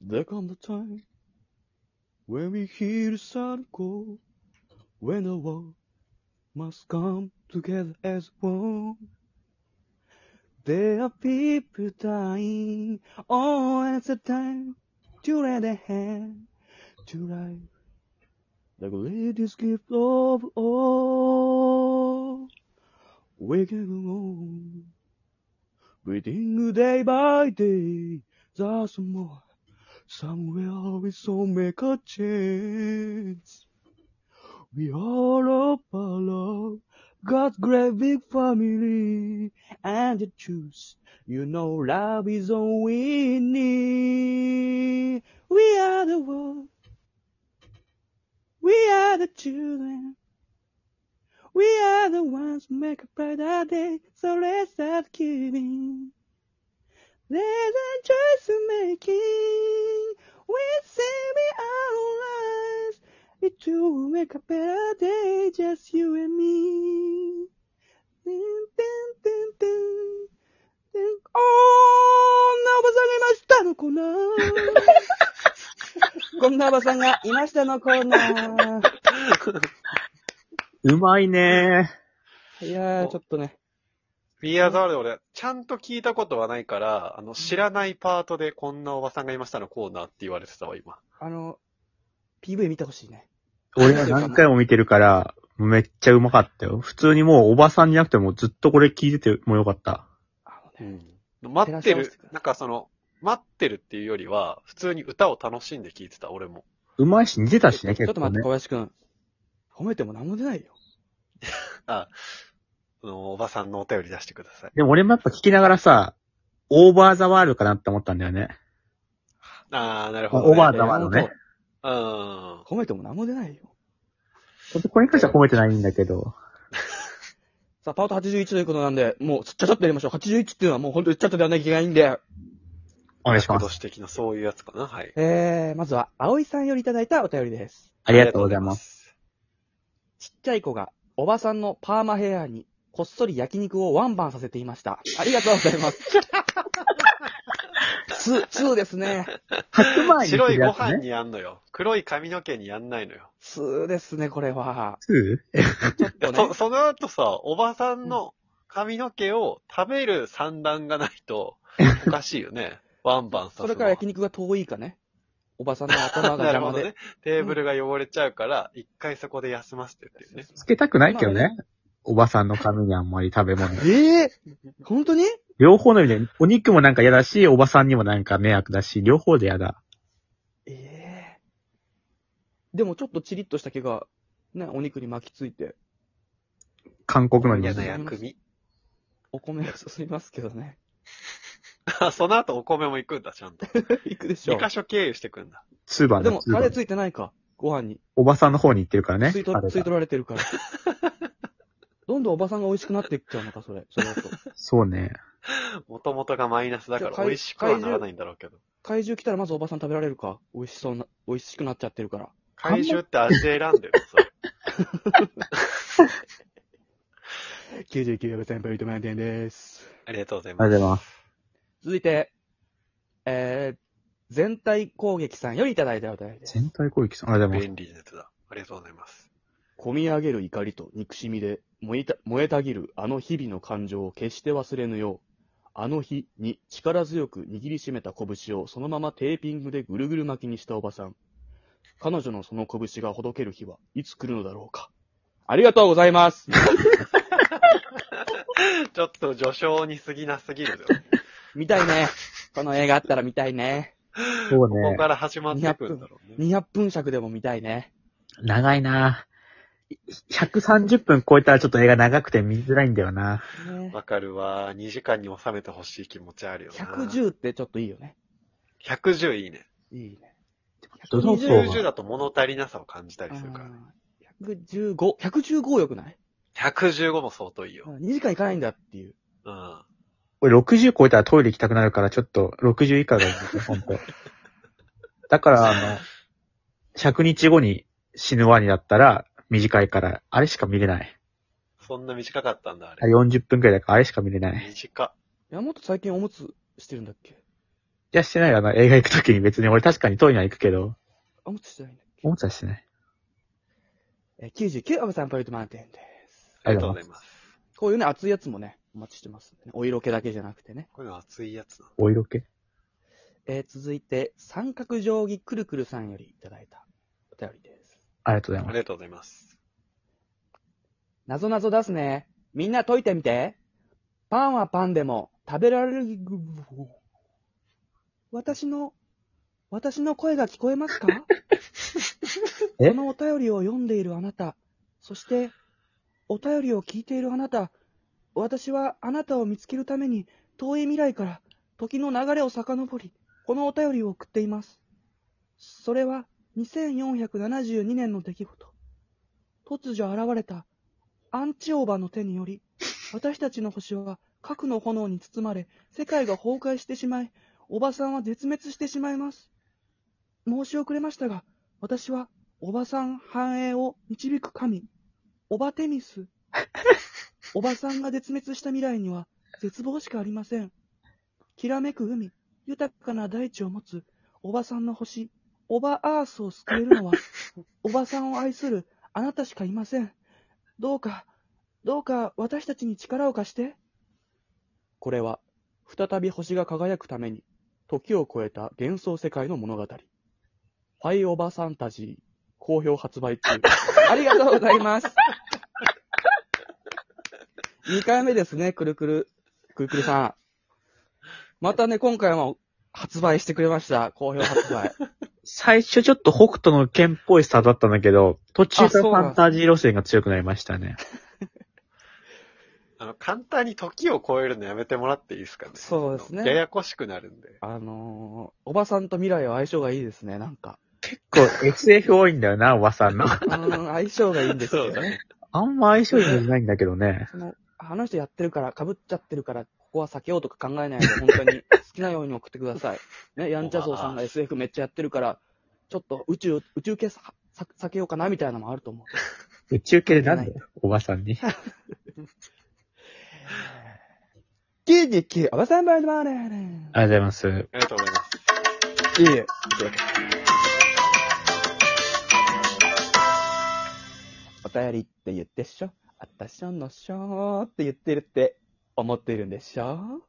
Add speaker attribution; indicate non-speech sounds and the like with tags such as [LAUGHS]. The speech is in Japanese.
Speaker 1: There comes a time when we hear the sun go, when the world must come together as one. There are people dying all at the time to lend a hand to life. The greatest gift of all. We can go on breathing day by day. There's more. Somewhere we so make a change. We all up our love, God's great big family, and the truth, you know, love is all we need. We are the world, we are the children, we are the ones who make a brighter day, so let's start giving. There's a choice making. We saving our lives. It will make a better day, just you and me. Dun, dun, dun, dun, dun. Oh, こんなおばさんがいましたのコーナー。こんなおばさんがいましたのコーナー。
Speaker 2: うまいね
Speaker 1: いやー、ちょっとね。
Speaker 3: We Are the World 俺、ちゃんと聞いたことはないから、あの、知らないパートでこんなおばさんがいましたのコーナーって言われてたわ、今。
Speaker 1: あの、PV 見てほしいね。
Speaker 2: 俺は何回も見てるから、めっちゃうまかったよ。普通にもうおばさんじゃなくてもずっとこれ聞いててもよかった。
Speaker 1: あのね、
Speaker 3: 待って
Speaker 1: 照らし合わせてく
Speaker 3: る
Speaker 1: ださい、
Speaker 3: なんかその、待ってるっていうよりは、普通に歌を楽しんで聞いてた、俺も。
Speaker 2: うまいし、似てたしね、
Speaker 1: ちょ
Speaker 2: 結
Speaker 1: っと
Speaker 2: 構
Speaker 1: 待って、
Speaker 2: ね。
Speaker 1: 小林くん。褒めても何も出ないよ。
Speaker 3: あのおばさんのお便り出してください。
Speaker 2: でも俺もやっぱ聞きながらさ、オーバーザワールドかなって思ったんだよね。
Speaker 3: あー、なるほど、ね。
Speaker 2: オーバーザワールドね。
Speaker 3: うん。
Speaker 1: 褒めても何も出ないよ。
Speaker 2: これに関しては褒めてないんだけど。
Speaker 1: さあ、パート81ということなんで、もう、ちゃちゃっとやりましょう。81っていうのはもう本当にちゃっとでやらなきゃいけないんで。
Speaker 2: お願いし
Speaker 3: 今
Speaker 2: ます。
Speaker 3: 年的なそういうやつかな、はい。
Speaker 1: えー、まずは、葵さんよりいただいたお便りです。
Speaker 2: ありがとうございます。
Speaker 3: す。
Speaker 1: ちっちゃい子が、おばさんのパーマヘアに、こっそり焼肉をワンバンさせていました。ありがとうございます。 [LAUGHS] ツ、ツーですね。
Speaker 2: 白米にす
Speaker 3: 白い
Speaker 2: る
Speaker 3: ご
Speaker 2: やつ
Speaker 3: 飯
Speaker 2: ね。
Speaker 3: にやんのよ。黒い髪の毛にやんないのよ。
Speaker 1: ツーですね、これは。
Speaker 2: つう
Speaker 1: ちょっとね
Speaker 3: そ、。その後さ、おばさんの髪の毛を食べる算段がないと、おかしいよね。ワンバンさす
Speaker 1: そ
Speaker 3: の
Speaker 1: れから焼肉が遠いかね。おばさんの頭が
Speaker 3: [LAUGHS] なる
Speaker 1: 邪
Speaker 3: ほ
Speaker 1: 魔
Speaker 3: ど
Speaker 1: で
Speaker 3: ね。。テーブルが汚れちゃうから、一回そこで休ませてっていうね。
Speaker 2: つけたくないけどね。おばさんの髪にあんまり食べ物。
Speaker 1: ええー、本当に
Speaker 2: 両方の意味で、お肉もなんか嫌だし、おばさんにもなんか迷惑だし、両方で嫌だ。
Speaker 1: ええでもちょっとチリッとした毛が、ね、お肉に巻きついて、
Speaker 2: 韓国の
Speaker 1: い
Speaker 2: 人
Speaker 1: や
Speaker 3: 嫌
Speaker 2: 間
Speaker 3: な
Speaker 1: ね
Speaker 3: 薬味。
Speaker 1: お米が進みますけどね。 [LAUGHS]
Speaker 3: あ [LAUGHS] その後お米も行くんだ、ちゃんと。
Speaker 1: 行くでしょ
Speaker 3: 二。箇所経由してくんだ。
Speaker 2: ツーバー
Speaker 1: で
Speaker 2: だ
Speaker 1: も、
Speaker 2: ツー
Speaker 1: タ
Speaker 2: バ
Speaker 1: レ
Speaker 2: ー。
Speaker 1: ついてないか。ご飯に。
Speaker 2: おばさんの方に行ってるからね。
Speaker 1: 吸い
Speaker 2: あれ
Speaker 1: 取
Speaker 2: が
Speaker 1: 吸い取られてるから。 [LAUGHS] どんどんおばさんが美味しくなっていっちゃうのか、それ。その後。
Speaker 2: そうね。
Speaker 3: もともとがマイナスだか
Speaker 1: じゃあ
Speaker 3: ら
Speaker 1: 怪
Speaker 3: 美味しくはならないんだろうけど。
Speaker 1: 怪獣来たらまずおばさん食べられるか。美味しそうな、美味しくなっちゃってるから。
Speaker 3: 怪獣って味選んでるのさ。
Speaker 1: 99%ポイント満点です。
Speaker 3: [LAUGHS] ありがとうござい
Speaker 2: あ
Speaker 3: ま
Speaker 2: りがとうござ
Speaker 3: す。
Speaker 2: います。
Speaker 1: 続いて、えー、全体攻撃さんよりいただいたお便りです。
Speaker 2: 全体攻撃さん。ありがとうございます。
Speaker 3: 便利なやつだ。ありがとうございます。
Speaker 1: 込み上げる怒りと憎しみで燃えた燃えたぎるあの日々の感情を決して忘れぬよう、あの日に力強く握りしめた拳をそのままテーピングでぐるぐる巻きにしたおばさん。彼女のその拳がほどける日はいつ来るのだろうか。ありがとうございます。
Speaker 3: ちょっと序章に過ぎなすぎるよ。
Speaker 1: 見たいね。この映画あったら見たいね。
Speaker 2: そ
Speaker 3: こ
Speaker 2: う
Speaker 3: こ
Speaker 2: ね。
Speaker 3: から始まってくんだろうね。
Speaker 1: 200分尺でも見たいね。
Speaker 2: 長いな130分超えたらちょっと映画長くて見づらいんだよな。
Speaker 1: ね
Speaker 3: わかるわ。2時間に収めてほしい気持ちあるよな。。
Speaker 1: 110ってちょっといいよね。
Speaker 3: 110いいね。
Speaker 1: いいね。
Speaker 2: どの層そう
Speaker 3: 90だと物足りなさを感じたりするからね。
Speaker 1: 115、115よくない
Speaker 3: 115も相当いいよ。
Speaker 1: ?2 時間いかないんだっていう。
Speaker 3: うん。
Speaker 2: 俺60超えたらトイレ行きたくなるから、ちょっと60以下がいいんですよ、ほ
Speaker 1: [LAUGHS]
Speaker 2: んと。だから、あの、100日後に死ぬワニだったら短いから、あれしか見れない。
Speaker 3: そんな短かったんだ、あれ。
Speaker 2: 40分くらいだから、あれしか見れない。
Speaker 3: 短っ。
Speaker 1: 山本最近おむつしてるんだっけ
Speaker 2: や、してないよ。あの、映画行くときに別に俺確かにトイレは行くけど、
Speaker 1: おもちゃしてないんだっけ
Speaker 2: おもちゃはしてない。
Speaker 1: えー、99、おばさんポイント満点です。
Speaker 3: ありがとうございます。
Speaker 1: こういうね、熱いやつもね、お待ちしてますんでね。お色気だけじゃなくてね。
Speaker 3: こういうの熱いやつなの。
Speaker 2: お色気
Speaker 1: えー続いて、三角定規くるくるさんよりいただいたお便りです。
Speaker 2: ありがとうござい
Speaker 3: あ
Speaker 2: ま
Speaker 3: り
Speaker 2: す。
Speaker 3: がとうございます。
Speaker 1: なぞなぞ出すね。みんな解いてみて。パンはパンでも食べられる。私の、私の声が聞こえますか
Speaker 2: え
Speaker 1: このお便りを読んでいるあなた、そして、お便りを聞いているあなた、私はあなたを見つけるために遠い未来から時の流れを遡り、このお便りを送っています。それは2472年の出来事。突如現れたアンチオーバーの手により、私たちの星は核の炎に包まれ、世界が崩壊してしまい、おばさんは絶滅してしまいます。申し遅れましたが、私はおばさん繁栄を導く神、おばテミス。おばさんが絶滅した未来には絶望しかありません。きらめく海、豊かな大地を持つ、おばさんの星、おばアースを救えるのは、おばさんを愛するあなたしかいません。どうか、どうか私たちに力を貸して。これは、再び星が輝くために、時を超えた幻想世界の物語。ファイオバサンタジー、好評発売 [LAUGHS] 中。ありがとうございます。2回目ですね、くるくる、くるくるさん。またね、今回も発売してくれました。好評発 [LAUGHS] 売。
Speaker 2: 最初ちょっと北斗の剣っぽいスタートだったんだけど、途中
Speaker 1: あ
Speaker 2: か
Speaker 1: そ
Speaker 2: ら
Speaker 1: うなん
Speaker 2: ファンタジー路線が強くなりましたね。
Speaker 3: あの、簡単に時を超えるのやめてもらっていいですかね。
Speaker 1: そうですね
Speaker 3: あのややこしくなるんで。
Speaker 1: あのー、おばさんと未来は相性がいいですね、なん [LAUGHS] か。
Speaker 2: 結構 SF 多いんだよな、おばさんの。
Speaker 1: うーん、相性がいいんですよ
Speaker 3: そうだ
Speaker 1: ね。
Speaker 2: あんま相性良くないんだけどね。
Speaker 1: その、あの人やってるから、被っちゃってるから、ここは避けようとか考えないで、本当に [LAUGHS] 好きなように送ってください。ね、やんちゃそうさんが SF めっちゃやってるから、ちょっと宇宙、宇宙系ささ避けようかなみたいなのもあると思う。
Speaker 2: 宇宙系でなんだよ、おばさんに。
Speaker 1: 99、アバサンバイドマネー
Speaker 2: ありがとうございます。
Speaker 3: ありがとうございます。
Speaker 1: いえいえ。お便りって言ってっしょあたしょのしょーって言ってるって思ってるんでしょ